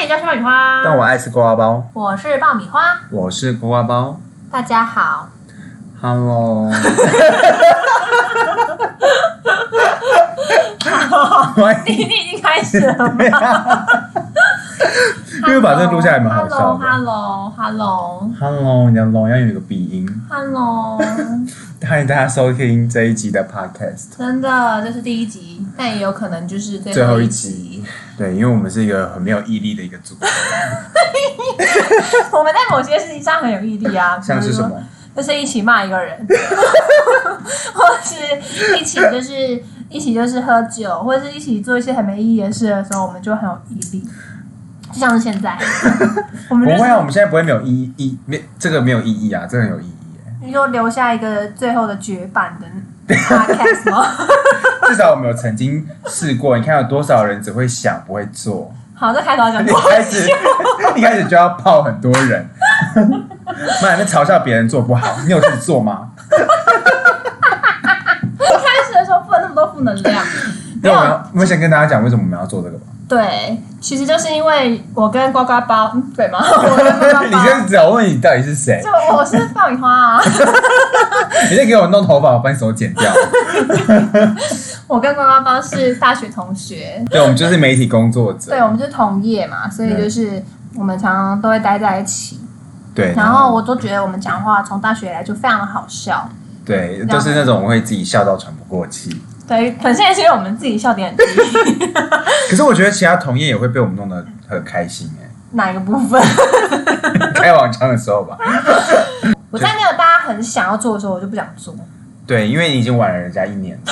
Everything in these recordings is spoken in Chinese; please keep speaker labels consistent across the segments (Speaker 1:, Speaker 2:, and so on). Speaker 1: 也叫小米花，
Speaker 2: 但我爱吃锅包包。
Speaker 1: 我是爆米花，
Speaker 2: 我是锅包包
Speaker 1: 大家好。
Speaker 2: ，Hello。欢
Speaker 1: 你
Speaker 2: 迎，
Speaker 1: 你已经开始了 吗？
Speaker 2: 因为把这录下来蛮好笑的。
Speaker 1: Hello，Hello，Hello，Hello。
Speaker 2: Hello，你的龙要有一个鼻音。欢迎大家收听这一集的 Podcast，
Speaker 1: 真的，这是第一集，但也有可能就是
Speaker 2: 最
Speaker 1: 最
Speaker 2: 后
Speaker 1: 后
Speaker 2: 一
Speaker 1: 一
Speaker 2: 集。对，因为我们是一个很没有毅力的一个组，
Speaker 1: 嗯集。 我们在某些事情上很有毅力啊，
Speaker 2: 像
Speaker 1: 比
Speaker 2: 是
Speaker 1: 如
Speaker 2: 什
Speaker 1: 说
Speaker 2: 么？
Speaker 1: 就是一起骂一个 人，或是一起就是一起就是喝酒，或者是一起做一些很没意义的事的时候，我们就很有毅力。就像是现 在，我
Speaker 2: 不
Speaker 1: 们就
Speaker 2: 会啊，我
Speaker 1: 是
Speaker 2: 们现在不会没有意义，没这个没有意义啊，这个很有意义耶。
Speaker 1: 你就留下一个最后的绝版的 podcast 吗？
Speaker 2: 至少我们有曾经试过，你看有多少人只会想不会做。
Speaker 1: 好，这开头要 讲
Speaker 2: 一
Speaker 1: 过。
Speaker 2: 开始一开始就要泡很多人， 妈，那嘲笑别人做不好，你有自己 做吗？
Speaker 1: 开始的时候不能那么多负能 量。没
Speaker 2: 那我们
Speaker 1: 有，
Speaker 2: 要，我们先跟大家讲为什么我们要做 这个吧。
Speaker 1: 对，其实就是因为我跟呱呱包，嗯，对 吗？我跟呱呱
Speaker 2: 你
Speaker 1: 包，
Speaker 2: 先只要问你到底是 谁，
Speaker 1: 就我是爆米花啊。
Speaker 2: 你先给我弄头发，我把你手剪掉。
Speaker 1: 我跟呱呱包是大学同学，
Speaker 2: 对，我们就是媒体工作者
Speaker 1: 对，。我们就同业嘛，所以就是我们常常都会待在一起。
Speaker 2: 对，
Speaker 1: 啊然后我都觉得我们讲话从大学以来就非常的好笑，
Speaker 2: 对，
Speaker 1: 然后
Speaker 2: 都是那种我会自己笑到喘不过气。
Speaker 1: 对，可能现在是因为我们自己笑点很低，
Speaker 2: 可是我觉得其他同业也会被我们弄得很开心哎、
Speaker 1: 哪一个部分？
Speaker 2: 开网腔的时候吧。
Speaker 1: 我在没有大家很想要做的时候，我就不想做。
Speaker 2: 对，因为你已经晚了人家一年了。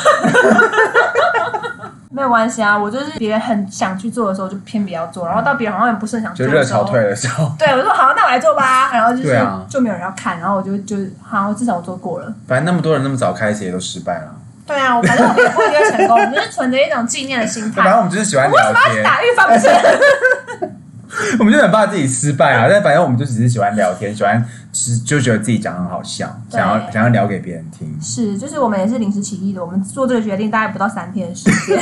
Speaker 1: 没有关系啊，我就是别人很想去做的时候，就偏不要做，然后到别人好像也不是很想
Speaker 2: 就
Speaker 1: 做
Speaker 2: 热
Speaker 1: 的时
Speaker 2: 潮
Speaker 1: 候，
Speaker 2: 退的时候，
Speaker 1: 对，我说好，那我来做吧。然后就是、
Speaker 2: 对啊
Speaker 1: 就没有人要看，然后我就就好，至少我做过了。
Speaker 2: 反正那么多人那么早开始也都失败了。
Speaker 1: 对啊，我反正我们也不一定会成功，我们就是存着一种纪念的心
Speaker 2: 对反
Speaker 1: 态
Speaker 2: 正。我们就是喜欢
Speaker 1: 我为什
Speaker 2: 聊
Speaker 1: 么要去
Speaker 2: 天，
Speaker 1: 打预防针？
Speaker 2: 我们就很怕自己失败啊。但反正我们就只是喜欢聊天，喜欢只就觉得自己讲得很好笑，
Speaker 1: 对
Speaker 2: 想要想要聊给别人听。
Speaker 1: 是，就是我们也是临时起意的，我们做这个决定大概不到三天的时间。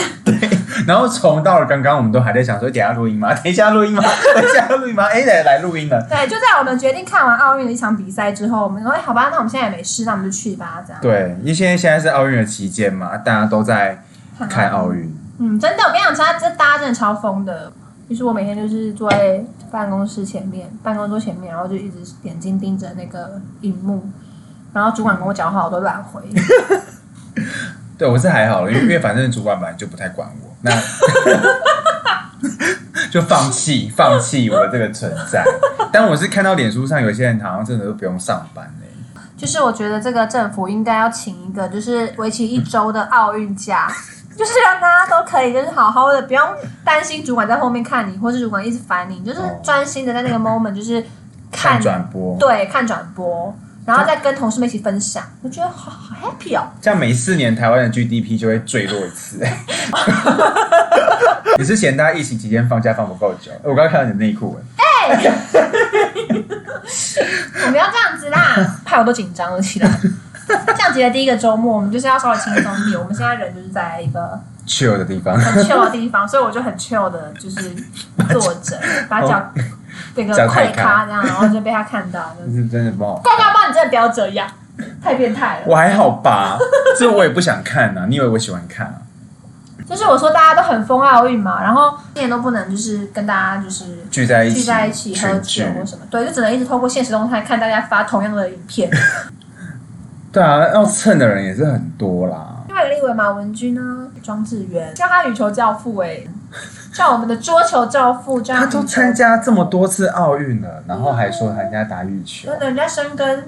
Speaker 2: 然后从到了刚刚，我们都还在想说，等一下录音吗？ 等一下录音吗？等一下录音吗？哎，来来录音了。
Speaker 1: 对，就在我们决定看完奥运的一场比赛之后，我们说，哎，好吧，那我们现在也没事，那我们就去吧，这样。
Speaker 2: 对，因为现在现在是奥运的期间嘛，大家都在看奥运。
Speaker 1: 嗯，真的，我跟你讲，他这大家真的超疯的。就是我每天就是坐在办公室前面，办公桌前面，然后就一直眼睛盯着那个荧幕，然后主管跟我讲话，我都懒回。
Speaker 2: 对我是还好，因为因为反正主管本来就不太管我， 那就放弃放弃我的这个存在。但我是看到脸书上有些人好像真的都不用上班欸嘞、
Speaker 1: 就是我觉得这个政府应该要请一个，就是为期一周的奥运假， 就是让大家都可以就是好好的，不用担心主管在后面看你，或是主管一直烦你，你就是
Speaker 2: 哦
Speaker 1: 专心的在那个 moment 就是看
Speaker 2: 看转播，
Speaker 1: 对看转播，然后再跟同事们一起分享，我觉得好好 happy 哦。
Speaker 2: 这样每四年台湾的 GDP 就会坠落一次。 你是嫌大家疫情期间放假放不够久？我刚刚看到你的内裤，
Speaker 1: 我们要这样子 啦，害我都紧张了起来。降级的第一个周末，我们就是要稍微轻松一点。我们现在人就是在一个
Speaker 2: 去有的地方，
Speaker 1: 很 chill 的地方， 所以我就很 chill 的，就是坐着，把脚那个
Speaker 2: 哦脚踩
Speaker 1: 跪咖这样，然后就被他看到。就是
Speaker 2: 是真的不好。
Speaker 1: 呱呱包，你真的不要这样，太变态了。
Speaker 2: 我还好吧，这我也不想看呐、你以为我喜欢看啊？
Speaker 1: 就是我说大家都很疯啊奥运嘛，然后一年都不能就是跟大家就是
Speaker 2: 聚在一起，
Speaker 1: 聚在一起喝
Speaker 2: 群
Speaker 1: 酒
Speaker 2: 聚
Speaker 1: 或什么，对，就只能一直透过现实动态看大家发同样的影片。
Speaker 2: 对啊，要蹭的人也是很多啦。
Speaker 1: 另外一个立委马文君呢，庄智渊叫他羽球教父哎、叫我们的桌球教父，叫
Speaker 2: 他都
Speaker 1: 羽球
Speaker 2: 参，加这么多次奥运了，然后还说人家打羽球
Speaker 1: 真、的人家深耕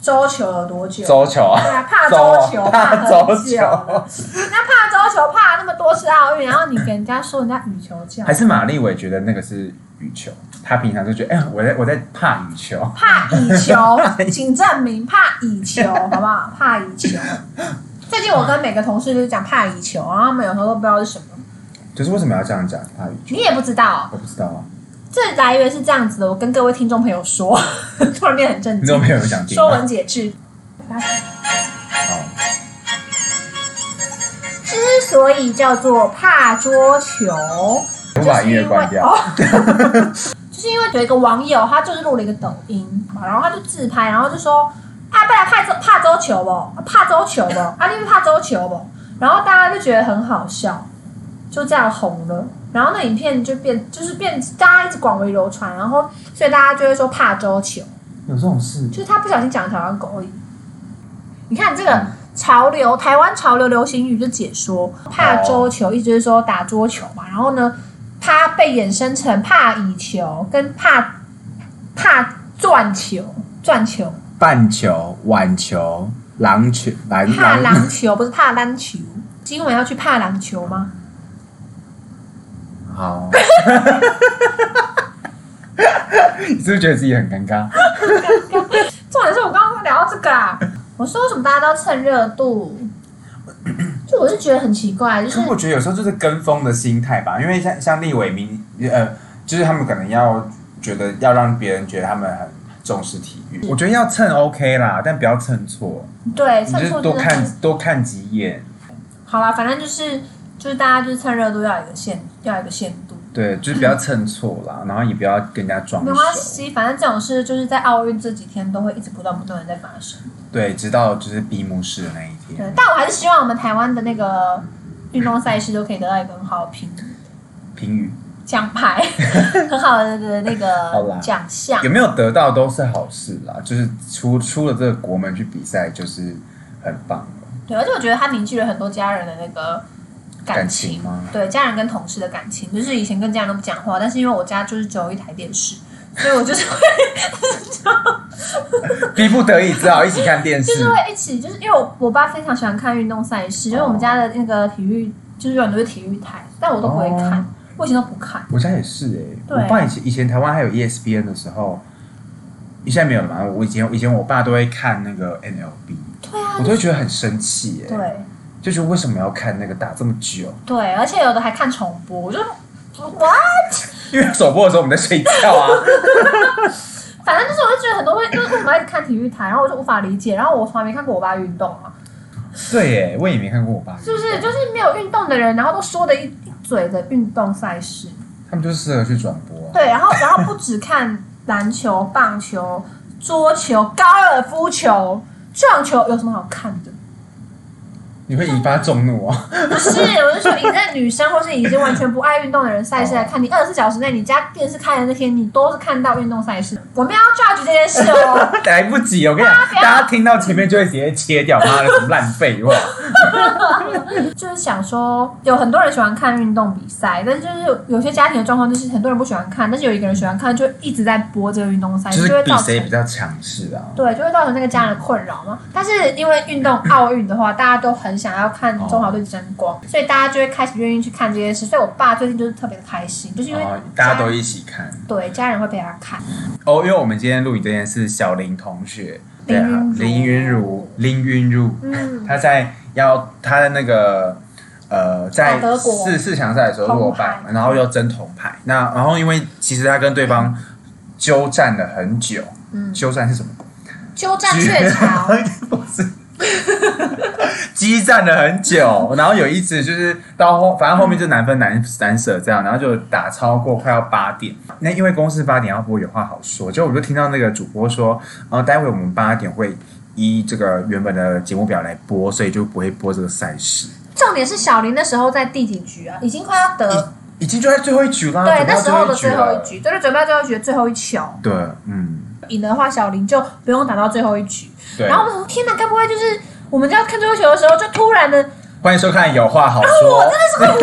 Speaker 1: 桌球有多久？
Speaker 2: 桌球啊
Speaker 1: 对，啊，怕桌球，
Speaker 2: 周
Speaker 1: 怕
Speaker 2: 怕桌
Speaker 1: 很久了。那怕桌球，怕那么多啊次奥运，然后你给人家说人家羽球教
Speaker 2: 还是玛丽，我也觉得那个是羽球。他平常就觉得，哎、呀，我在我在怕羽球。
Speaker 1: 怕羽 球，请证明怕羽球，好不好？怕羽球。最近我跟每个同事就是讲怕羽球，然后他们有时候都不知道是什么，
Speaker 2: 就是为什么要这样讲怕羽球？
Speaker 1: 你也不知道。哦
Speaker 2: 我不知道啊，
Speaker 1: 这来源是这样子的，我跟各位听众朋友说， 突然变得很震
Speaker 2: 你怎
Speaker 1: 惊
Speaker 2: 么。没有人想听啊？
Speaker 1: 说文解字，
Speaker 2: 哦，
Speaker 1: 之所以叫做怕桌球，
Speaker 2: 我把音乐关 掉。
Speaker 1: 哦就是因为有一个网友，他就是录了一个抖音，然后他就自拍，然后就说：“啊，不然怕周怕周球不？怕周球不？ 啊，你们怕周球不？”然后大家就觉得很好笑，就这样红了。然后那影片就变，就是变，大家一直广为流传，然后所以大家就会说怕周球，
Speaker 2: 有这种事？
Speaker 1: 就是他不小心讲台湾狗而已。你看这
Speaker 2: 嗯
Speaker 1: 个潮流，台湾潮流流行语就解说
Speaker 2: 哦
Speaker 1: 怕周球，意思就是说打桌球嘛。然后呢，它被衍生成怕乙球跟怕怕钻球、钻球、
Speaker 3: 半球、碗球、篮球、篮
Speaker 1: 怕篮球，不是怕篮球。今晚要去怕篮球吗？
Speaker 3: 好，
Speaker 2: 你是不是觉得自己很尴尬？
Speaker 1: 重点是我刚刚聊到这个 啊，我说为什么大家都要蹭热度？就我是觉得很奇怪，就
Speaker 3: 可
Speaker 1: 是
Speaker 3: 是我觉得有时候就是跟风的心态吧，因为像像立伟明，呃，就是他们可能要觉得要让别人觉得他们很重视体育，
Speaker 2: 我觉得要蹭 OK 啦，但不要蹭错，
Speaker 1: 对
Speaker 2: 你
Speaker 1: 蹭
Speaker 2: 就是
Speaker 1: 错
Speaker 2: 多
Speaker 1: 真的很
Speaker 2: 看多看几眼。
Speaker 1: 好啦，反正就是就是大家就是蹭热度要有一个限，要有一个限度。
Speaker 2: 对，就是不要蹭错啦，然后也不要跟人家装
Speaker 1: 没关
Speaker 2: 熟。
Speaker 1: 系，反正这种事就是在奥运这几天都会一直不断不断的在发生。
Speaker 3: 对，直到就是闭幕式的那一天。
Speaker 2: 嗯
Speaker 1: 对，但我还是希望我们台湾的那个运动赛事都可以得到一个很好的评
Speaker 2: 评语
Speaker 1: 奖 牌，很好的那
Speaker 2: 好啦
Speaker 1: 个奖项。
Speaker 2: 有没有得到都是好事啦，就是出出了这个国门去比赛就是很棒了。
Speaker 1: 对，而且我觉得它凝聚了很多家人的那个
Speaker 2: 感
Speaker 1: 情，
Speaker 2: 情吗
Speaker 1: 对家人跟同事的感情，就是以前跟家人都不讲话，但是因为我家就是只有一台电视，所以我就是会
Speaker 2: 逼不得已只好一起看电视
Speaker 1: 就。是会一起，就是因为我我爸非常喜欢看运动赛事，因为我们家的那个体育就是有很多体育台，但我都不会看，
Speaker 2: 哦
Speaker 1: 我以前都不看。
Speaker 2: 我家也是哎、
Speaker 1: 对
Speaker 2: 我爸以前以前台湾还有 E ESPN 的时候，现在没有了嘛。我以前以前我爸都会看那个 NLB，
Speaker 1: 对啊
Speaker 2: 我，都会觉得很生气哎、
Speaker 1: 对
Speaker 2: 就觉得为什么要看那个打这么久？
Speaker 1: 对，而且有的还看重播，我就哇，
Speaker 2: 因为首播的时候我们在睡觉啊。
Speaker 1: 反正就是我就觉得很多会，就是为什么要一直看体育台，然后我就无法理解，然后我从来没看过我爸运动啊，
Speaker 2: 对耶，我也没看过我爸，
Speaker 1: 是不是？就是没有运动的人，然后都说的一一嘴的运动赛事，
Speaker 2: 他们就适合去转播、啊。
Speaker 1: 对，然后然后不只看篮球、棒球、桌球、高尔夫球、撞球，有什么好看的？
Speaker 2: 你会引发众怒啊！
Speaker 1: 不是，我是说，你在女生或是已经完全不爱运动的人赛事
Speaker 2: 哦
Speaker 1: 来看，你二十四小时内你家电视开的那天，你都是看到运动赛事。我们要 judge 这件事 哦。
Speaker 2: 来不及，我跟你讲，大家听到前面就会直接切掉，妈的什么烂废话！
Speaker 1: 就是想说，有很多人喜欢看运动比赛，但是就是有些家庭的状况就是很多人不喜欢看，但是有一个人喜欢看，就一直在播这个运动赛
Speaker 2: 就
Speaker 1: 哎事，就是会
Speaker 2: 比
Speaker 1: 造
Speaker 2: 谁
Speaker 1: 成。
Speaker 2: 比较强势啊。
Speaker 1: 对，就会造成那个家人的困扰嘛。但是因为运动奥运的话，大家都很想要看中华队争光，
Speaker 2: 哦
Speaker 1: 所以大家就会开始愿意去看这件事。所以我爸最近就是特别的开心，就是因为
Speaker 2: 哦，大家都一起看
Speaker 1: 对家人会陪他看。
Speaker 2: 哦，因为我们今天录影这件事，小林同学，对啊，林
Speaker 1: 林
Speaker 2: 云
Speaker 1: 云
Speaker 2: 如
Speaker 1: 如，
Speaker 2: 林云如，
Speaker 1: 嗯，
Speaker 2: 他在要他的那个呃，在
Speaker 1: 打德国
Speaker 2: 四四强赛的时候落败
Speaker 1: 铜，
Speaker 2: 然后又争铜牌。那然后因为其实他跟对方纠战了很久，
Speaker 1: 嗯
Speaker 2: 纠战是什么？
Speaker 1: 鸠占鹊 巢，
Speaker 2: 不是，激战了很久，然后有一次就是到后，反正后面就难分难难舍这样，然后就打超过快要八点。那因为公司八点要播，有话好说，就我就听到那个主播说，呃，待会我们八点会依这个原本的节目表来播，所以就不会播这个赛事。
Speaker 1: 重点是小林那时候在第几局啊？已经快要得
Speaker 2: 已经就在最后一局啦，
Speaker 1: 对
Speaker 2: 准备
Speaker 1: 那
Speaker 2: 到
Speaker 1: 时候的最后
Speaker 2: 了
Speaker 1: 一。局，对对，准备到最后一局的最后一球，
Speaker 2: 对，嗯，
Speaker 1: 赢的话小林就不用打到最后一局。
Speaker 2: 对
Speaker 1: 然。后我们天哪，该不会就是我们就要看最后一球的时候，就突然的，
Speaker 2: 欢迎收看《有话好说》。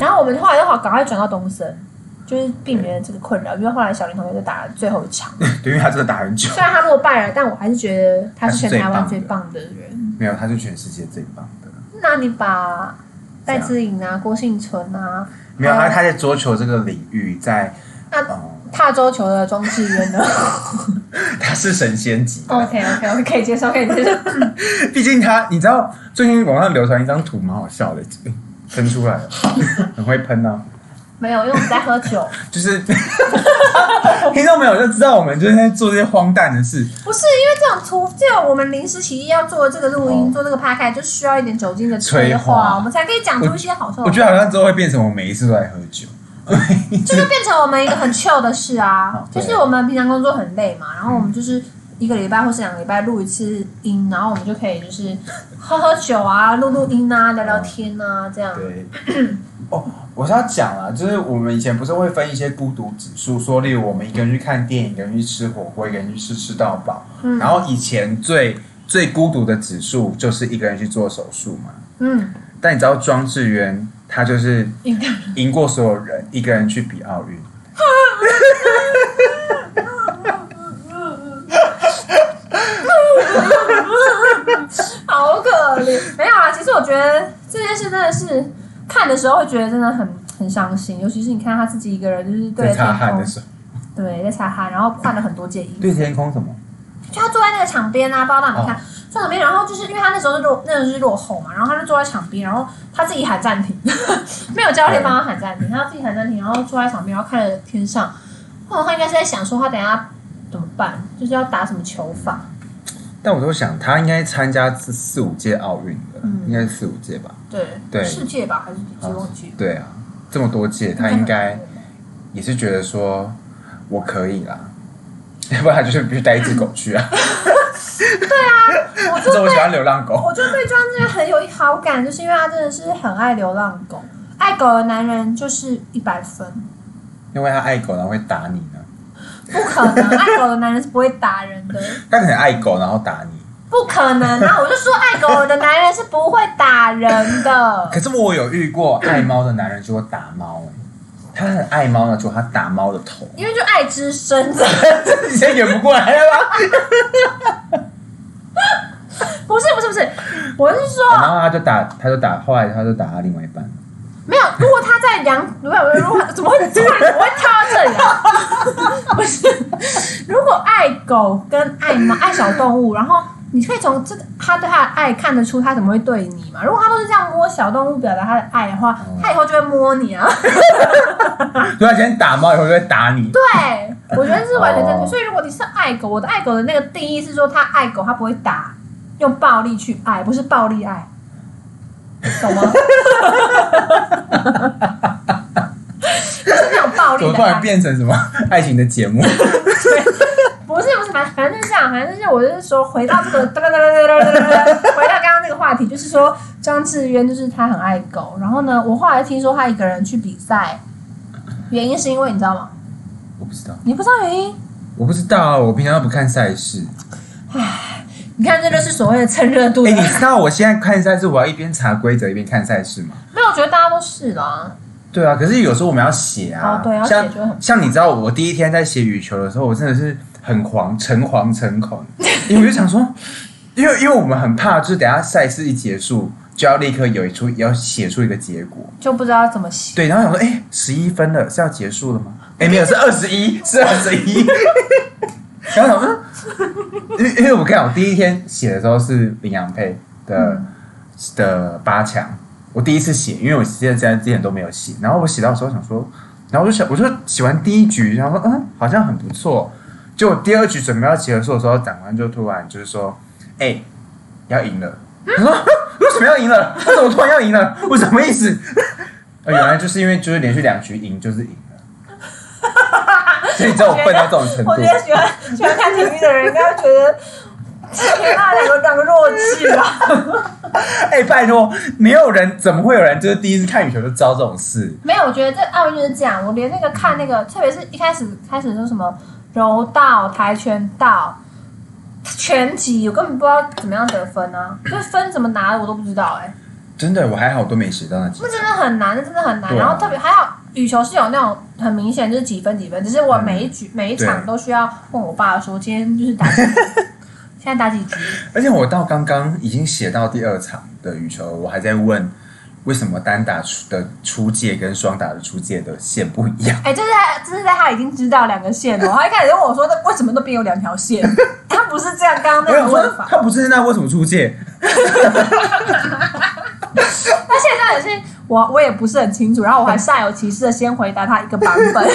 Speaker 1: 然后我们后来又好赶快转到东森。就是避免了这个困扰，因为后来小林同学就打了最后一场，
Speaker 2: 对，因为他真的打很久，
Speaker 1: 虽然他落败了，但我还是觉得他是全台湾
Speaker 2: 他是
Speaker 1: 最
Speaker 2: 最
Speaker 1: 棒的人。
Speaker 2: 没有，他是全世界最棒的。
Speaker 1: 那啊你把戴资颖啊、郭幸存啊、
Speaker 2: 没有，他他在桌球这个领域，在
Speaker 1: 那
Speaker 2: 哦，
Speaker 1: 踏洲球的庄智渊 呢
Speaker 2: 他是神仙级的。
Speaker 1: ？OK OK OK，可以接受，可以接受。
Speaker 2: 毕竟他，你知道，哎最近网上流传一张图，蛮好笑的，诶喷出来了，很会喷啊。
Speaker 1: 没有，因为我们在喝酒。
Speaker 4: 就是听众朋友就知道我们就是在做这些荒诞的事。
Speaker 1: 不是因为这种图，这种我们临时起意要做这个录音、
Speaker 4: 哦
Speaker 1: 做这个 p a 就需要一点酒精的
Speaker 4: 催化
Speaker 1: 化，我们才可以讲出一些好笑
Speaker 4: 我
Speaker 1: 的
Speaker 4: 觉得好像之后会变成我每一次都在喝酒，
Speaker 1: 这 就变成我们一个很 chill 的事 啊，
Speaker 4: 对
Speaker 1: 就是我们平常工作很累嘛，然后我们就是一个礼拜或是两个礼拜录一次音，然后我们就可以就是喝喝酒啊、录录音啊、聊聊天啊，这样。
Speaker 2: 对，哦，我是要讲啦，就是我们以前不是会分一些孤独指数，说例如我们一个人去看电影，一个人去吃火锅，一个人去吃吃到饱。
Speaker 1: 嗯
Speaker 2: 然后以前最最孤独的指数就是一个人去做手术嘛。
Speaker 1: 嗯，
Speaker 2: 但你知道庄智渊他就是
Speaker 1: 应该
Speaker 2: 赢过所有人，一个人去比奥运。
Speaker 1: 好可怜。没有啊，其实我觉得这件事真的是看的时候会觉得真的很很伤心，尤其是你看他自己一个人就是对
Speaker 4: 在
Speaker 1: 着
Speaker 4: 擦
Speaker 1: 天
Speaker 4: 汗
Speaker 1: 空
Speaker 4: 的，时候，
Speaker 1: 对，在擦汗，然后换了很多件衣服。
Speaker 2: 对天空什么？
Speaker 1: 就他坐在那个场边啊，不知道大家有
Speaker 4: 哦
Speaker 1: 没有看，坐场边，然后就是因为他那时候是落，那时候是落后嘛，然后他就坐在场边，然后他自己喊暂停， 没有教练帮他喊暂停，他自己喊暂停，然后坐在场边，然后看着天上，后来他应该是在想说他等一下怎么办，就是要打什么球法，
Speaker 2: 但我都想他应该参加四四五届奥运的，
Speaker 1: 嗯
Speaker 2: 应该是四五届吧？
Speaker 1: 对，
Speaker 2: 对
Speaker 1: 世界吧还是几忘记了，
Speaker 2: 对啊，这么多届，他应该也是觉得说我可以啦， 要不然他就是必须带一只狗去 啊。
Speaker 1: 我就
Speaker 2: 这我喜欢流浪狗，
Speaker 1: 我就对庄志渊很有好感，就是因为他真的是很爱流浪狗，爱狗的男人就是一百分。
Speaker 2: 因为他爱狗，然后会打你呢。
Speaker 1: 不可能，爱狗的男人是不会打人的。
Speaker 2: 他可能爱狗，然后打你。
Speaker 1: 不可能啊！我就说爱狗的男人是不会打人的。
Speaker 2: 可是我有遇过爱猫的男人，结果打猫、他很爱猫呢，结果他打猫的头，
Speaker 1: 因为就爱之深，
Speaker 2: 你现在演不过来了吧？
Speaker 1: 不是不是不是，我是
Speaker 2: 然
Speaker 1: 说
Speaker 2: 后他就打，他就打，后来他就打他另外一半。
Speaker 1: 没有。如果他在两，如果如果怎么会突然我会跳到这里啊？不是，如果爱狗跟爱猫爱小动物，然后你可以从这他对他的爱看得出他怎么会对你嘛？如果他都是这样摸小动物表达他的爱的话，他以后就会摸你啊。
Speaker 2: 对，他先打猫以后就会打你。
Speaker 1: 对，我觉得这是完全正确。
Speaker 2: 哦
Speaker 1: 所以如果你是爱狗，我的爱狗的那个定义是说，他爱狗，他不会打，用暴力去爱，不是暴力爱，懂 吗？不是那种暴
Speaker 2: 怎
Speaker 1: 力
Speaker 2: 么
Speaker 1: 的
Speaker 2: 突然
Speaker 1: 爱，
Speaker 2: 变成 什么爱情的节目？
Speaker 1: 不是不是，反正反正就是这样，反正就是我就是说，回到这个哒哒哒哒哒哒哒哒，回到刚刚那个话题，就是说张志渊就是他很爱狗，然后呢，我后来听说他一个人去比赛，原因是因为你知道吗？
Speaker 2: 我不知道，
Speaker 1: 你不知道原因？
Speaker 2: 我不知道啊，我平常又不看赛事。
Speaker 1: 你看，这就是所谓的蹭热度的
Speaker 2: 哎、你知道我现在看赛事，我要一边查规则一边看赛事吗？
Speaker 1: 没有，我觉得大家都是啦。
Speaker 2: 对啊，可是有时候我们要写啊，
Speaker 1: 哦对要写就很
Speaker 2: 像像你知道，我第一天在写羽球的时候，我真的是很狂，诚惶诚恐， 因为我就想说，因为因为我们很怕，就是等一下赛事一结束就要立刻有一出要写出一个结果，
Speaker 1: 就不知道怎么写。
Speaker 2: 对，然后想说，哎、十一分了，是要结束了吗？哎、没有，是二十一，是二十一。然后想说，因为因为我跟你讲，我第一天写的时候是林洋配的、的八强，我第一次写，因为我现在之前都没有写。然后我写到的时候想说，然后我就想，我就写完第一局，然后说，嗯，好像很不错。就第二局准备要结束的时候，长官就突然就是说，哎、要赢了。 我说啊为什么要赢了？为什么突然要赢了？我什么意思？ 呃，原来就是因为就是连续两局赢就是赢了， 所以你知道我笨到这种程度
Speaker 1: 我觉。得喜欢喜欢看体育的人应该会觉得，天啊，两个两个弱智啊！
Speaker 2: 哎、拜托，没有人怎么会有人就是第一次看羽球就知道这种事？
Speaker 1: 没有，我觉得这奥运就是这样。我连那个看那个，特别是一开始开始说什么柔道、跆拳道、拳击，我根本不知道怎么样得分啊，就是分怎么拿的我都不知道哎、
Speaker 2: 真的，我还好都没写到那几
Speaker 1: 那真的很难，那真的很难。
Speaker 2: 对啊
Speaker 1: 然后特别还好，羽球是有那种很明显就是几分几分，只是我每一局、每一场
Speaker 2: 嗯对
Speaker 1: 都需要问我爸说今天就是打几 局，现在打几局。
Speaker 2: 而且我到刚刚已经写到第二场的羽球，我还在问为什么单打出的出界跟双打的出界的线不一样。
Speaker 1: 哎、这是在这是在他已经知道两个线了，他一开始就问我说：“那为什么那边有两条线？” 他不是这样刚刚
Speaker 2: 我
Speaker 1: 那
Speaker 2: 想
Speaker 1: 个
Speaker 2: 说
Speaker 1: 问，法，
Speaker 2: 他不是那为什么出界？
Speaker 1: 他现在也是，我我也不是很清楚，然后我还煞有其事的先回答他一个版本。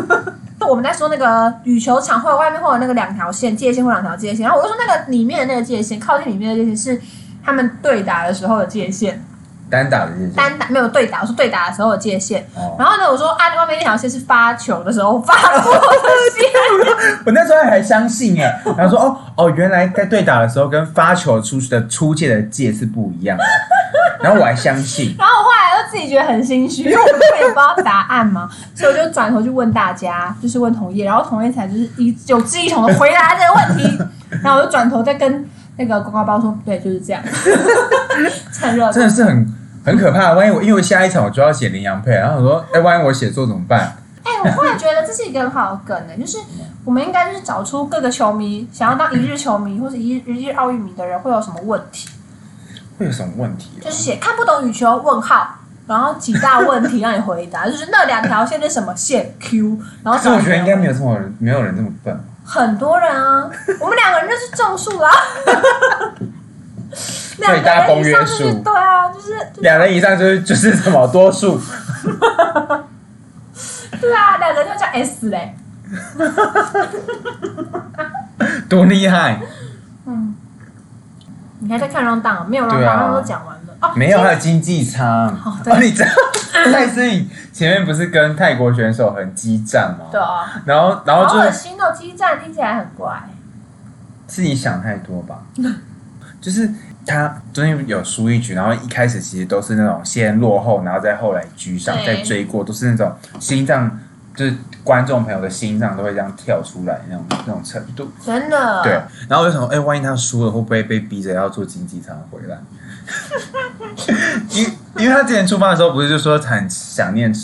Speaker 1: 我们在说那个羽球场会外面会有那个两条线界限或两条界限，然后我就说那个里面的那个界限，靠近里面的界限是他们对打的时候的界限，
Speaker 2: 单打的这些，
Speaker 1: 单打没有对打，我说对打的时候的界限。
Speaker 2: 哦
Speaker 1: 然后呢，我说啊，外面那条线是发球的时候发过的线。
Speaker 2: 我那时候还相信 哎，然后说哦哦，原来在对打的时候跟发球出去的出界的界是不一样的， 然后我还相信，
Speaker 1: 然后我后来就自己觉得很心虚，因为我根本也不知道答案嘛，所以我就转头去问大家，就是问同业，然后同业才就是一有志一同的回答这个问题，然后我就转头再跟那个呱呱包说，对，就是这样，趁热
Speaker 2: 真的是很很可怕。万一我因为下一场我就要写羚羊配，然后我说哎，万一我写错怎么办？
Speaker 1: 哎、我忽然觉得这是一个很好的梗呢、欸就是我们应该就是找出各个球迷想要当一日球迷或者一日一日奥运迷的人会有什么问题，
Speaker 2: 会有什么问题、啊
Speaker 1: 就是写看不懂羽球问号。然后几大问题让你回答，就是那两条线是什么线 Q，然后
Speaker 2: 可是我觉得应该没
Speaker 1: 有。
Speaker 2: 有这么人，没有人这么笨。
Speaker 1: 很多人 啊，我们两个人就是种树啦、两
Speaker 2: 所以大家
Speaker 1: 个人以上
Speaker 2: 公约
Speaker 1: 就是
Speaker 2: 数
Speaker 1: 对啊，就是
Speaker 2: 两人以上就是就是什么多数，
Speaker 1: 对啊，两个人就叫 S 嘞。
Speaker 2: 多厉害！
Speaker 1: 嗯，你还在看 round down，没有 round
Speaker 2: 对
Speaker 1: down，、
Speaker 2: 啊
Speaker 1: round down 都讲完了哦，
Speaker 2: 没有，
Speaker 1: 今天
Speaker 2: 还有经济舱。
Speaker 1: 哦对
Speaker 2: 你知道 蔡思颖前面不是跟泰国选手很激战吗？
Speaker 1: 对。啊，
Speaker 2: 然后，然
Speaker 1: 好
Speaker 2: 后就
Speaker 1: 恶
Speaker 2: 是
Speaker 1: 心哦，激战听起来很怪。
Speaker 2: 自己想太多吧，就是他中间有输一局，然后一开始其实都是那种先落后，然后再后来居上，
Speaker 1: 对
Speaker 2: 再追过，都是那种心脏，就是观众朋友的心脏都会这样跳出来那种那种程度。
Speaker 1: 真的，
Speaker 2: 对，然后我就想说，哎、万一他输了，会不会被逼着要做经济舱回来？ 因因为他之前出发的时候，不是就说很想念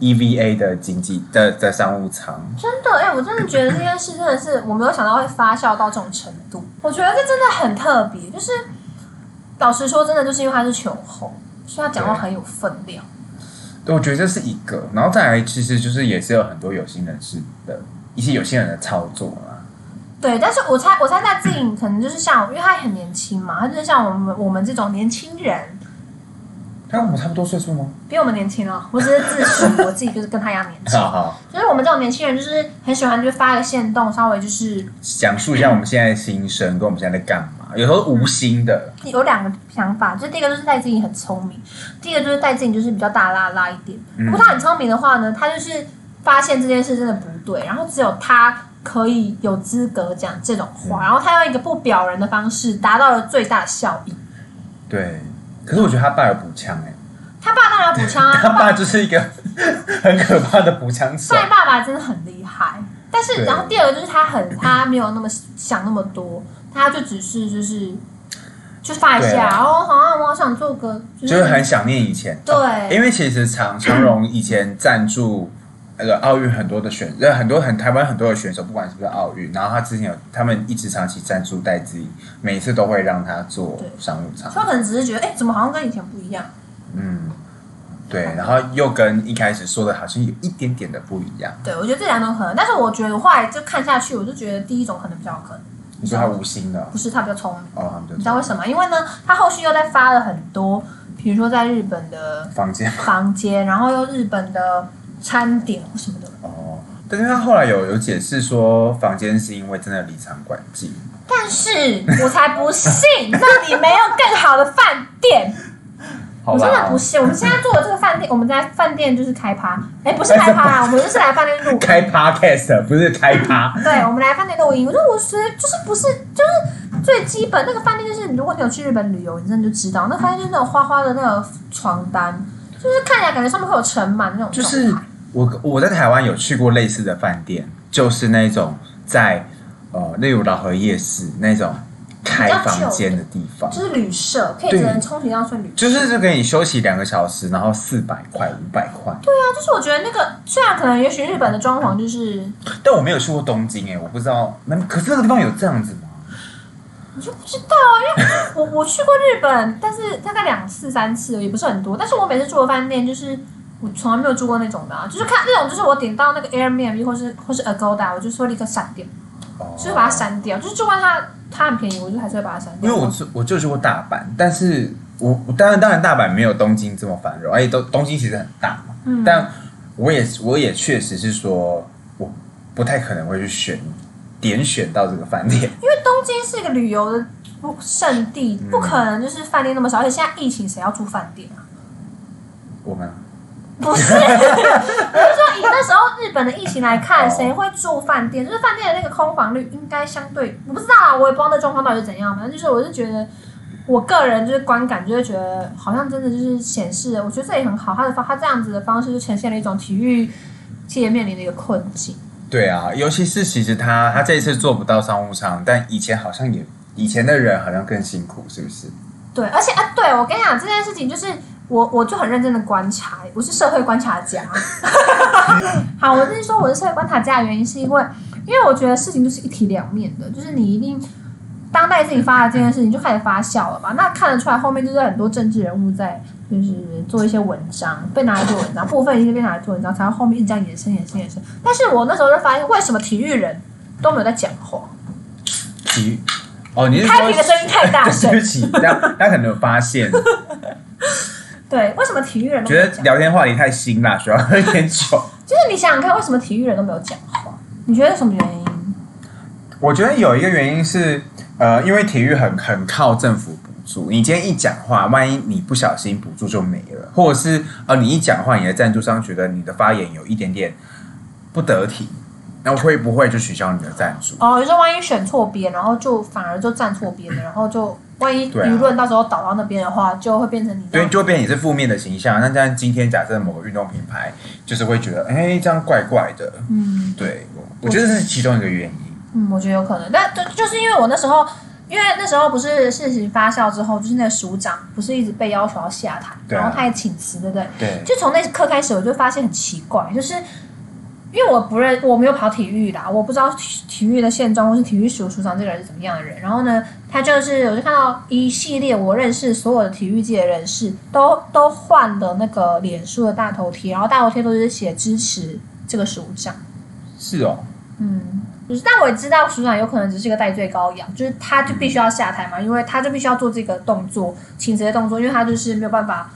Speaker 2: EVA 的经济的的商务舱，
Speaker 1: 真的，哎、我真的觉得这件事真的是我没有想到会发酵到这种程度。我觉得这真的很特别，就是老实说，真的就是因为他是球红，所以他讲话
Speaker 2: 对
Speaker 1: 很有分量。
Speaker 2: 对我觉得这是一个。然后再来，其实就是也是有很多有心人士的一些有心人的操作啦。
Speaker 1: 对，但是我猜，我猜戴志颖可能就是像，因为他很年轻嘛，他就是像我们我们这种年轻人，
Speaker 2: 他跟我们差不多岁数吗？
Speaker 1: 比我们年轻哦。我只是自诩我自己就是跟他一样年轻，
Speaker 2: 好好，
Speaker 1: 就是我们这种年轻人就是很喜欢就是发个线动，稍微就是
Speaker 2: 讲述一下我们现在的心声，跟我们现在在干嘛。有时候无心的，
Speaker 1: 有两个想法，就是第一个就是戴志颖很聪明，第一个就是戴志颖就是比较大拉拉一点。
Speaker 2: 嗯
Speaker 1: 不过他很聪明的话呢，他就是发现这件事真的不对，然后只有他可以有资格讲这种话，然后他用一个不表人的方式达到了最大效益。
Speaker 2: 对。可是我觉得他爸有补枪哎、
Speaker 1: 他爸当然要补枪啊，
Speaker 2: 他爸就是一个 很可怕的补枪 手。
Speaker 1: 帅爸爸真的很厉害，但是
Speaker 2: 对
Speaker 1: 然后第二个就是他很他没有那么想那么多，他就只是就是就发一
Speaker 2: 对
Speaker 1: 下，
Speaker 2: 啊
Speaker 1: 然后好像我好想做个就
Speaker 2: 就是
Speaker 1: 是
Speaker 2: 很想念以前。
Speaker 1: 对
Speaker 2: 哦因为其实常常荣以前赞助那个奥运很多的选，呃，很多很台湾很多的选手，不管是不是奥运，然后他之前有他们一直长期赞助戴资颖，每一次都会让他做
Speaker 1: 对
Speaker 2: 商务舱，
Speaker 1: 他可能只是觉得哎、怎么好像跟以前不一样？
Speaker 2: 嗯，对，然后又跟一开始说的好像有一点点的不一样。
Speaker 1: 对我觉得这两种可能，但是我觉得我后来就看下去，我就觉得第一种可能比较有可能，
Speaker 2: 你说他无心的哦
Speaker 1: 不是他比较聪明，，
Speaker 2: 他们就
Speaker 1: 你知道为什么？因为呢，他后续又在发了很多，比如说在日本的
Speaker 2: 房间
Speaker 1: 房间，然后又日本的餐点或什么的。
Speaker 2: 哦。但是他后来有有解释说，房间是因为真的离场管制，
Speaker 1: 但是我才不信那里没有更好的饭店，
Speaker 2: 好
Speaker 1: 我
Speaker 2: 吧？
Speaker 1: 真的不信。我们现在做的这个饭店，我们在饭店就是开趴，哎，不是开趴啦，我们就是来饭 店录。
Speaker 2: 开 podcast 不是开趴，
Speaker 1: 对，我们来饭店录音。我说我觉得就是不是就是最基本那个饭店，就是如果你有去日本旅游，你真的就知道，那饭店就是那种花花的那个床单，就是看起来感觉上面会有尘螨那种
Speaker 2: 就
Speaker 1: 状态。
Speaker 2: 是我我在台湾有去过类似的饭店，就是那种在呃，例如老河夜市那种开房间的地方，
Speaker 1: 就是旅社，可以只能充其量算旅社。
Speaker 2: 就是就给你休息两个小时，然后四百块、五百块。
Speaker 1: 就是我觉得那个虽然可能也许日本的装潢就是
Speaker 2: 但我没有去过东京哎、我不知道那可是那个地方有这样子吗？
Speaker 1: 我就不知道啊，因为我 我去过日本，但是大概两次三次而已，也不是很多。但是我每次住的饭店就是我从来没有住过那种的、啊，就是看那种就是我点到那个 Airbnb 或是或是 Agoda，我就说立刻删掉，
Speaker 2: 哦
Speaker 1: 就是把它删掉。就是就算它它很便宜，我就还是会把它删
Speaker 2: 因
Speaker 1: 掉。
Speaker 2: 为我住我就去过大阪，但是我我当然当然大阪没有东京这么繁荣，而且东东京其实很大嘛，
Speaker 1: 嗯
Speaker 2: 但我也我也确实是说，我不太可能会去选点选到这个饭店，
Speaker 1: 因为东京是一个旅游的圣地，不可能就是饭店那么少，而且现在疫情，谁要住饭店啊？
Speaker 2: 我们
Speaker 1: 不是，我 是说以那时候日本的疫情来看，
Speaker 2: 哦
Speaker 1: 谁会住饭店？就是饭店的那个空房率应该相对，我不知道啊，我也不知道那状况到底是怎样。反正就是，我是觉得，我个人就是观感，就会觉得好像真的就是显示，我觉得这也很好，他的方他这样子的方式就呈现了一种体育界面临的一个困境。
Speaker 2: 对啊，尤其是其实他他这一次做不到商务舱，但以前好像也以前的人好像更辛苦，是不是？
Speaker 1: 对，而且啊，对我跟你讲这件事情，就是我我就很认真的观察，我是社会观察家。 好，我是说我是社会观察家的原因，是因为因为我觉得事情就是一体两面的，就是你一定当代自己发了这件事情就开始发酵了吧？那看得出来后面就是很多政治人物在就是做一些文章，被拿来做文章，部分一定被拿来做文章，才会后面一直这样延伸延伸延伸。但是我那时候就发现，为什么体育人都没有在讲话？
Speaker 2: 体育哦，你是
Speaker 1: 开
Speaker 2: 说
Speaker 1: 屏的声音太大声
Speaker 2: 对不起，他他可能有 发现，
Speaker 1: 对，为什么体育人都没
Speaker 2: 觉
Speaker 1: 有
Speaker 2: 得
Speaker 1: 讲？
Speaker 2: 聊天话题太辛辣，需要喝一点酒。
Speaker 1: 就是你想想看，为什么体育人都没有讲话？你觉得什么原因？
Speaker 2: 我觉得有一个原因是，呃，因为体育很很靠政府补助，你今天一讲话，万一你不小心补助就没了，或者是呃你一讲话，你的赞助商觉得你的发言有一点点不得体，那会不会就取消你的赞助？
Speaker 1: 哦，你说万一选错边，然后就反而就站错边了，然后就万一
Speaker 2: 对啊
Speaker 1: 舆论到时候倒到那边的话，就会变成你这
Speaker 2: 对，
Speaker 1: 样。
Speaker 2: 就会变成你是负面的形象。那像今天假设某个运动品牌，就是会觉得，哎、这样怪怪的。
Speaker 1: 嗯
Speaker 2: 对，我我觉得这是其中一个原因。
Speaker 1: 嗯，我觉得有可能。但就就是因为我那时候，因为那时候不是事情发酵之后，就是那个署长不是一直被要求要下台，
Speaker 2: 对啊
Speaker 1: 然后他也请辞，对不对？
Speaker 2: 对，
Speaker 1: 就从那一刻开始，我就发现很奇怪，就是因为我不认，我没有跑体育啦，我不知道体体育的现状或是体育署署长这个人是怎么样的人。然后呢，他就是我就看到一系列我认识所有的体育界的人士都都换的那个脸书的大头贴，然后大头贴都是写支持这个署长。
Speaker 2: 是哦，
Speaker 1: 嗯，就是，但我也知道署长有可能只是个戴罪羔羊，就是他就必须要下台嘛，因为他就必须要做这个动作，请辞的动作，因为他就是没有办法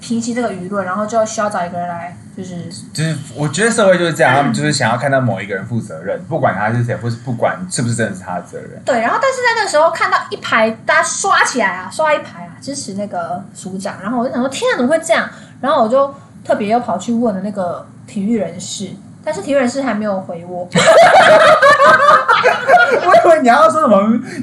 Speaker 1: 平息这个舆论，然后就需要找一个人来，就是
Speaker 2: 就是我觉得社会就是这样，他们就是想要看到某一个人负责任，不管他是谁，或是不管是不是真的是他的责任。
Speaker 1: 对。然后，但是在那个时候看到一排大家刷起来啊，刷一排啊，支持那个署长，然后我就想说，天啊，怎么会这样？然后我就特别又跑去问了那个体育人士，但是体育人士还没有回我，
Speaker 2: 我以为你要说什么，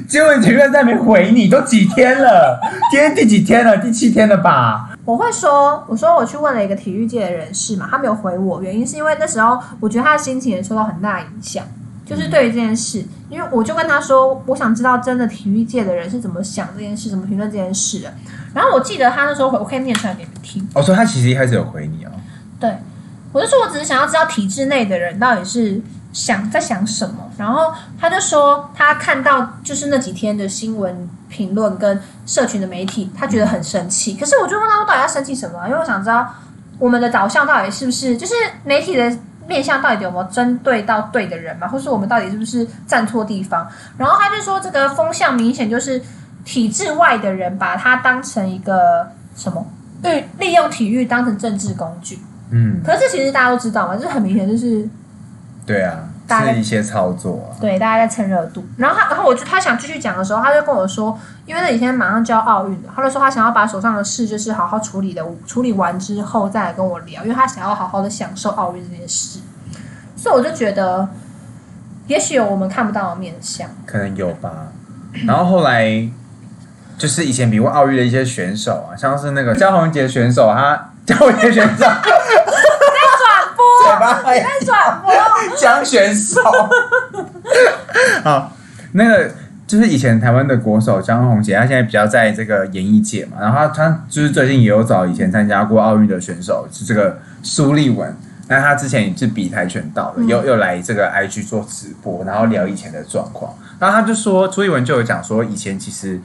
Speaker 2: 结果你前面在没回你，都几天了？今天第几天了？第七天了吧？
Speaker 1: 我会说，我说我去问了一个体育界的人士嘛，他没有回我，原因是因为那时候我觉得他的心情也受到很大影响，就是对于这件事，因为我就跟他说，我想知道真的体育界的人是怎么想这件事，怎么评论这件事的。然后我记得他那时候回，我可以念出来给你们听。
Speaker 2: 我哦说他其实一开始有回你哦，
Speaker 1: 对，我就说我只是想要知道体制内的人到底是想在想什么。然后他就说他看到就是那几天的新闻评论跟社群的媒体，他觉得很生气。可是我就问他我到底要生气什么啊，因为我想知道我们的导向到底是不是就是媒体的。面向到底有没有针对到对的人嘛，或是我们到底是不是站错地方？然后他就说，这个风向明显就是体制外的人把它当成一个什么，利利用体育当成政治工具。
Speaker 2: 嗯，
Speaker 1: 可是其实大家都知道嘛，就是很明显就是
Speaker 2: 对啊，
Speaker 1: 大概
Speaker 2: 是一些操作啊，
Speaker 1: 对大家在蹭热度。然后他，然后我就他想继续讲的时候，他就跟我说，因为那几天马上就要奥运了，他就说他想要把手上的事就是好好处理的，处理完之后再来跟我聊，因为他想要好好的享受奥运这件事。所以我就觉得，也许有我们看不到的面相。
Speaker 2: 可能有吧。然后后来就是以前比过奥运的一些选手啊，像是那个江宏杰选手，他江宏杰选手
Speaker 1: 转播，
Speaker 2: 嘴巴会
Speaker 1: 在转播，
Speaker 2: 江选手， 好，那个。就是以前台湾的国手江宏杰，他现在比较在这个演艺界嘛，然后他他就是最近也有找以前参加过奥运的选手，是这个苏立文。那他之前也是比跆拳道的，又又来这个 IG 做直播，然后聊以前的状况。然后他就说，苏立文就有讲说，以前其实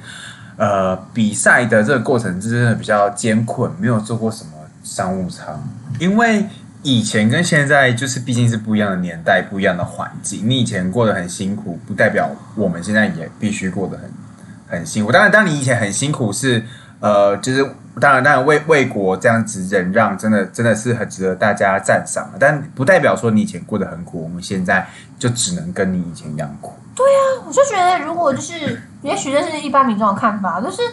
Speaker 2: 呃比赛的这个过程真的比较艰困，没有做过什么商务舱，因为。以前跟现在就是毕竟是不一样的年代，不一样的环境。你以前过得很辛苦，不代表我们现在也必须过得很很辛苦。当然，当你以前很辛苦是呃，就是当然，当然为为国这样子忍让，真的真的是很值得大家赞赏的。但不代表说你以前过得很苦，我们现在就只能跟你以前一样苦。
Speaker 1: 我就觉得，如果就是，也许这是一般民众的看法，就是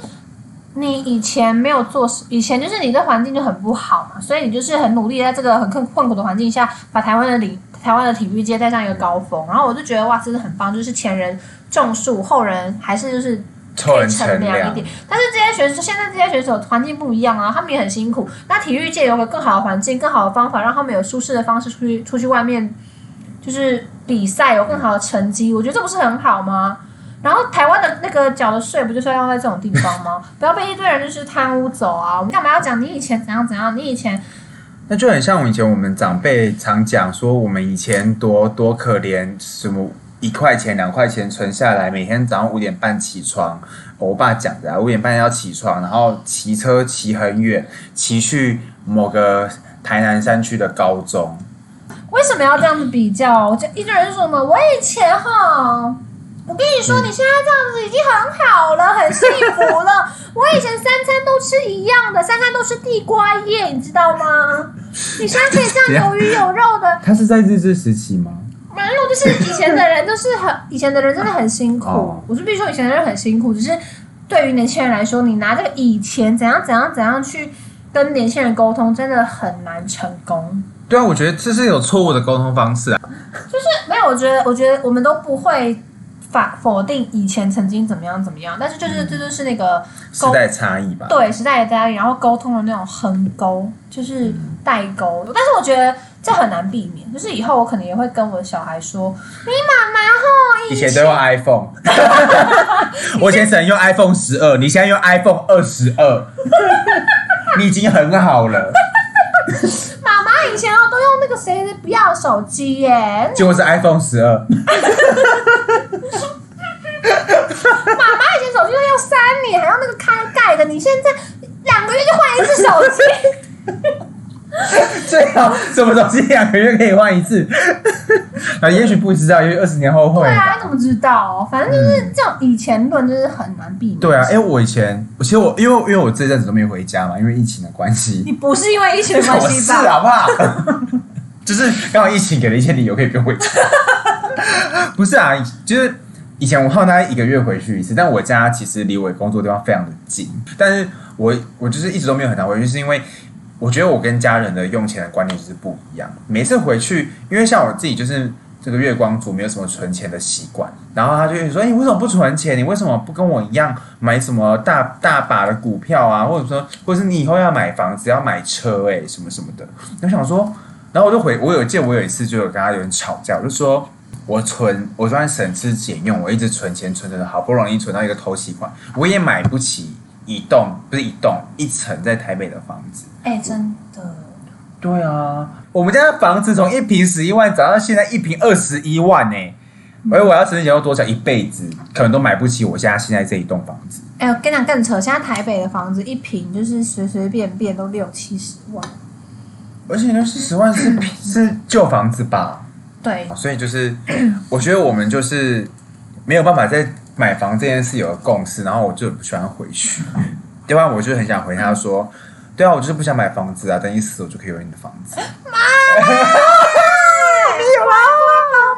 Speaker 1: 你以前没有做，以前就是你的环境就很不好嘛，所以你就是很努力，在这个很困困苦的环境下，把台湾的理台湾的体育界带上一个高峰。然后我就觉得哇，真的很棒，就是前人种树，后人还是就是
Speaker 2: 凑
Speaker 1: 可以
Speaker 2: 人
Speaker 1: 乘
Speaker 2: 乘
Speaker 1: 凉一
Speaker 2: 凉，
Speaker 1: 点。但是这些选手现在这些选手环境不一样啊，他们也很辛苦。那体育界有个更好的环境、更好的方法，让他们有舒适的方式出去出去外面，就是比赛有更好的成绩，我觉得这不是很好吗？然后台湾的那个缴的税不就是要用在这种地方吗？不要被一堆人就是贪污走啊！我们干嘛要讲你以前怎样怎样？你以前
Speaker 2: 那就很像以前我们长辈常讲说，我们以前多多可怜，什么一块钱两块钱存下来，每天早上五点半起床，我爸讲的、啊，五点半要起床，然后骑车骑很远，骑去某个台南山区的高中，
Speaker 1: 为什么要这样子比较？我就一堆人就说什么我以前哈，我跟你说，你现在这样子已经很好了，很幸福了。我以前三餐都吃一样的，三餐都吃地瓜叶，你知道吗？你现在可以这样有鱼有肉的，
Speaker 2: 他是在日治时期吗？
Speaker 1: 没有，就是以前的人都是很，以前的人真的很辛苦。
Speaker 2: 哦
Speaker 1: 我是必须说，以前的人很辛苦，只是对于年轻人来说，你拿这个以前怎样怎样怎样去跟年轻人沟通，真的很难成功。
Speaker 2: 对啊，我觉得这是有错误的沟通方式啊。
Speaker 1: 没有，我觉得，我觉得我们都不会反否定以前曾经怎么样怎么样，但是
Speaker 2: 嗯
Speaker 1: 就是、这就是那个
Speaker 2: 时
Speaker 1: 沟
Speaker 2: 代差异吧。
Speaker 1: 对时代的压力，然后沟通的那种横沟，就是代沟。
Speaker 2: 嗯
Speaker 1: 但是我觉得这很难避免，就是以后我可能也会跟我的小孩说，你妈妈吼
Speaker 2: 以
Speaker 1: 以
Speaker 2: 前都用 iPhone，我以前只能用 iPhone 十二，你现在用 iPhone 二十二， 你已经很好了。
Speaker 1: 妈妈以前哦都用那个谁的不要手机耶，
Speaker 2: 结果是 iPhone 十二，
Speaker 1: 妈妈以前手机都用三年，还用那个开盖的，你现在两个月就换一次手 机。
Speaker 2: 最好什么东西两个月可以换一次？ 啊，也许不知道，也许二十年后会
Speaker 1: 对。啊，你怎么知道、反正就是这种以前论，就是很难避免。
Speaker 2: 对啊，哎、我以前，其实我因为因为我这阵子都没回家嘛，因为疫情的关系。
Speaker 1: 你不是因为疫情的关
Speaker 2: 我
Speaker 1: 系
Speaker 2: 是啊
Speaker 1: 吧？
Speaker 2: 好不好？就是刚好疫情给了一些理由可以不用回家。 不是啊，就是以前我好像大概一个月回去一次，但我家其实离我工作的地方非常的近，但是我我就是一直都没有很常回去，是因为。我觉得我跟家人的用钱的观念就是不一样。每次回去，因为像我自己就是这个月光族，没有什么存钱的习惯。然后他就会说：“哎、你为什么不存钱？你为什么不跟我一样买什么大大把的股票啊？或者说，或者是你以后要买房子、要买车、哎，什么什么的。”我想说，然后我就回，我有见我有一次就有跟他有人吵架，我就说。我存，我虽然省吃俭用，我一直存钱存存，好不容易存到一个头期款，我也买不起一栋，不是一栋，一层在台北的房子。
Speaker 1: 哎、真的，
Speaker 2: 对啊，我们家的房子从一平十一万涨到现在一平二十一万呢、而我要存钱要多少一辈子，可能都买不起我家现在这一栋房子。
Speaker 1: 哎、我跟你讲更扯，现在台北的房子一平就是随随便便都六七十万。
Speaker 2: 而且那四十万是是旧房子吧？
Speaker 1: 对，
Speaker 2: 所以就是，我觉得我们就是没有办法在买房这件事有个共识，然后我就不喜欢回 去，要不然我就很想回他说，对啊，我就是不想买房子啊，等你死我就可以有你的房子。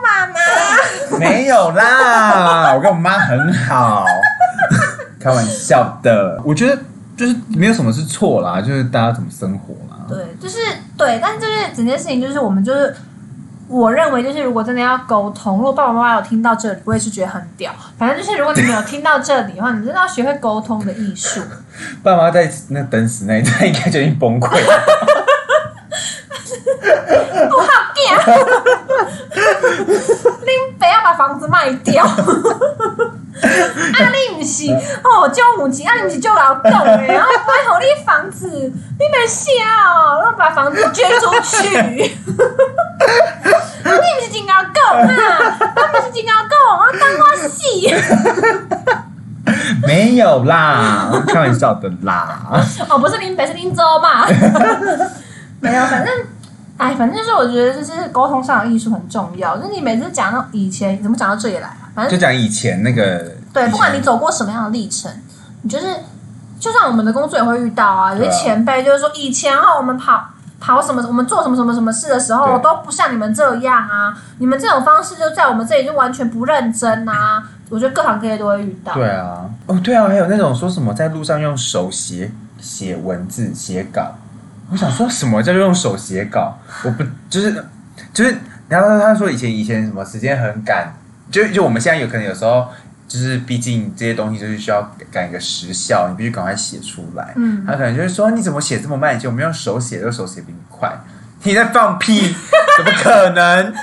Speaker 1: 妈妈，
Speaker 2: 没有啦，我跟我妈很好，开玩笑的。我觉得就是没有什么是错啦，就是大家怎么生活啦。
Speaker 1: 对，就是对，但就是整件事情就是我们就是。我认为就是，如果真的要沟通，如果爸爸妈妈有听到这里，我也是觉得很屌。反正就是，如果你们有听到这里的话，你真的要学会沟通的艺术。
Speaker 2: 爸妈在那等死那一代应该就已经崩溃 了。
Speaker 1: 林北要把房子卖掉，啊，你不是哦，就母亲，啊，你不是就劳动的，然后买好你房子，你没笑哦，然后把房子捐出去，啊你不是真劳动啊，我不是真劳动，我当我死，
Speaker 2: 没有啦，开玩笑的啦。
Speaker 1: 哦，不是林北是林州嘛，没有，反正。哎，反正就是我觉得，就是沟通上的艺术很重要。就是你每次讲到以前，怎么讲到这里来啊？反正
Speaker 2: 就讲以前那个，
Speaker 1: 对，
Speaker 2: 以前
Speaker 1: 不管你走过什么样的历程，你就是就像我们的工作也会遇到啊，有些
Speaker 2: 对啊
Speaker 1: 前辈就是说，以前啊，我们跑跑什么，我们做什么什么什么事的时候，
Speaker 2: 对
Speaker 1: 都不像你们这样啊，你们这种方式就在我们这里就完全不认真啊。我觉得各行各业都会遇到，
Speaker 2: 对啊，哦对啊，还有那种说什么在路上用手写写文字写稿，我想说什么叫用手写稿？我不就是就是，然后他说以前以前什么时间很赶，就就我们现在有可能有时候就是毕竟这些东西就是需要赶一个时效，你必须赶快写出来。
Speaker 1: 嗯
Speaker 2: 他可能就是说你怎么写这么慢？以前我们用手写，用手写比你快。你在放屁？怎么可能？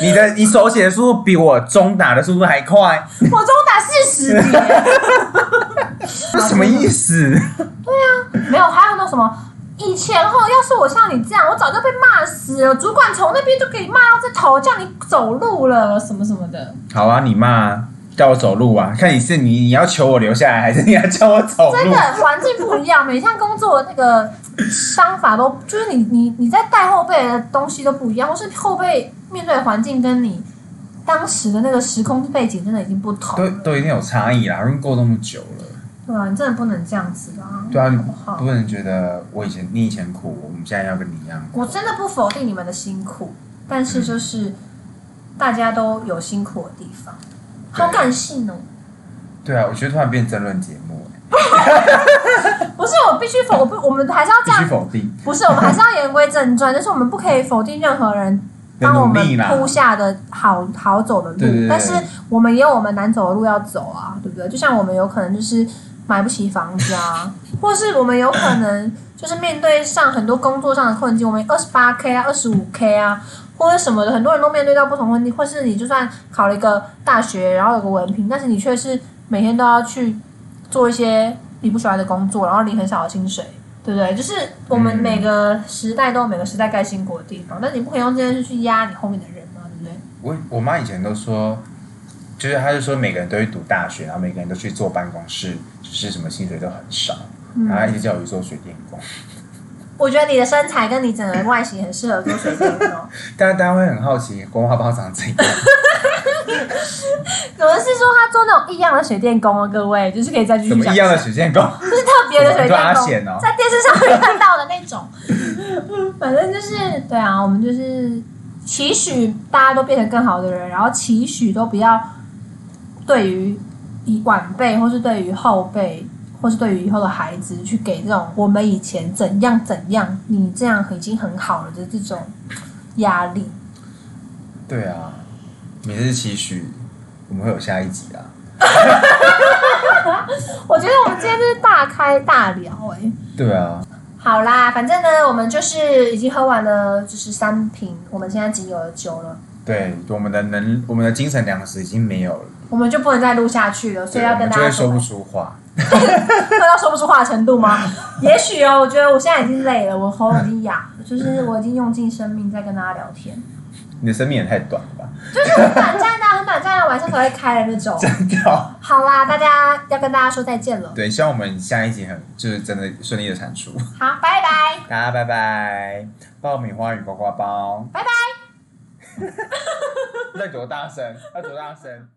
Speaker 2: 你的你手写的速度比我中打的速度还快。
Speaker 1: 我中打四十年，
Speaker 2: 这什么意思？
Speaker 1: 没有，还有那种什么。以前后，要是我像你这样，我早就被骂死了。主管从那边就给你骂到这头，叫你走路了，什么什么的。
Speaker 2: 好啊，你骂啊叫我走路啊，看你是你你要求我留下来，还是你要叫我走
Speaker 1: 真
Speaker 2: 路
Speaker 1: 的？环境不一样，每项工作的那个方法都，就是你你你在带后辈的东西都不一样，或是后辈面对的环境跟你当时的那个时空背景真的已经不同
Speaker 2: 都
Speaker 1: 了。
Speaker 2: 都一定有差异啦，因为过那么久了。
Speaker 1: 对啊，你真的不能这样子啊！
Speaker 2: 对啊，你
Speaker 1: 好
Speaker 2: 不能觉得我以前你以前苦，我们现在要跟你一样。
Speaker 1: 我真的不否定你们的辛苦，但是就是大家都有辛苦的地方，好感性哦。
Speaker 2: 对啊，我觉得突然变争论节目、欸，
Speaker 1: 不是我必须否，我不，我们还是要这
Speaker 2: 必须
Speaker 1: 样，
Speaker 2: 否定。
Speaker 1: 不是我们还是要言归正传， 就是我们不可以否定任何人
Speaker 2: 要
Speaker 1: 帮我
Speaker 2: 努
Speaker 1: 们
Speaker 2: 力啦，
Speaker 1: 铺下的好好走的路，
Speaker 2: 对对对
Speaker 1: 但是我们也有我们难走的路要走啊，对不对？就像我们有可能就是买不起房子啊， 或是我们有可能就是面对上很多工作上的困境，我们二十八 k 啊，二十五 k 啊，或者什么的，很多人都面对到不同问题，或是你就算考了一个大学，然后有个文凭，但是你却是每天都要去做一些你不喜欢的工作，然后领很少的薪水。对不对？就是我们
Speaker 2: 嗯
Speaker 1: 每个时代都有每个时代该辛苦的地方，但你不可以用这件事去压你后面的人嘛，对不对？
Speaker 2: 我我妈以前都说，就是她就说每个人都去读大学，然后每个人都去坐办公室，只是什么薪水都很少，
Speaker 1: 嗯
Speaker 2: 然后她一直叫我去做水电工。
Speaker 1: 我觉得你的身材跟你整个外形很适合做水电工。
Speaker 2: 大家大家会很好奇国华包长怎 样？
Speaker 1: 有人是说他做那种异样的水电工哦，各位就是可以再继
Speaker 2: 什
Speaker 1: 续
Speaker 2: 么
Speaker 1: 讲
Speaker 2: 异
Speaker 1: 下，
Speaker 2: 样的水电工？
Speaker 1: 就是特别的水
Speaker 2: 什么
Speaker 1: 电
Speaker 2: 抓线哦
Speaker 1: 工，在电视上会看到的那种。 反正就是对啊，我们就是期许大家都变成更好的人，然后期许都不要对于以晚辈或是对于后辈。或是对于以后的孩子，去给这种我们以前怎样怎样，你这样已经很好了的这种压力。
Speaker 2: 对啊，每日期许我们会有下一集啊。
Speaker 1: 我觉得我们今天就是大开大聊哎、
Speaker 2: 对啊，
Speaker 1: 好啦，反正呢，我们就是已经喝完了，就是三瓶，我们现在仅有的酒了，
Speaker 2: 对我们的能，我们的精神粮食已经没有了，
Speaker 1: 我们就不能再录下去了，所
Speaker 2: 对，
Speaker 1: 以要
Speaker 2: 我
Speaker 1: 跟
Speaker 2: 们
Speaker 1: 大
Speaker 2: 就
Speaker 1: 家
Speaker 2: 会说
Speaker 1: 说，
Speaker 2: 不出话。
Speaker 1: 喝到说不出话的程度 吗？也许哦，我觉得我现在已经累了，我喉咙已经哑了，就是我已经用尽生命在跟大家聊天，
Speaker 2: 你的生命也太短了吧？
Speaker 1: 就是很短暂的啊，很短暂的，晚上才会开的那 种。
Speaker 2: 真的。
Speaker 1: 好啦，大家要跟大家说再见了，
Speaker 2: 对，希望我们下一集很就是真的顺利的产出。
Speaker 1: 好，拜拜，
Speaker 2: 大家拜拜，爆米花与 呱呱包，
Speaker 1: 拜拜。
Speaker 2: 那多大声？那多大声？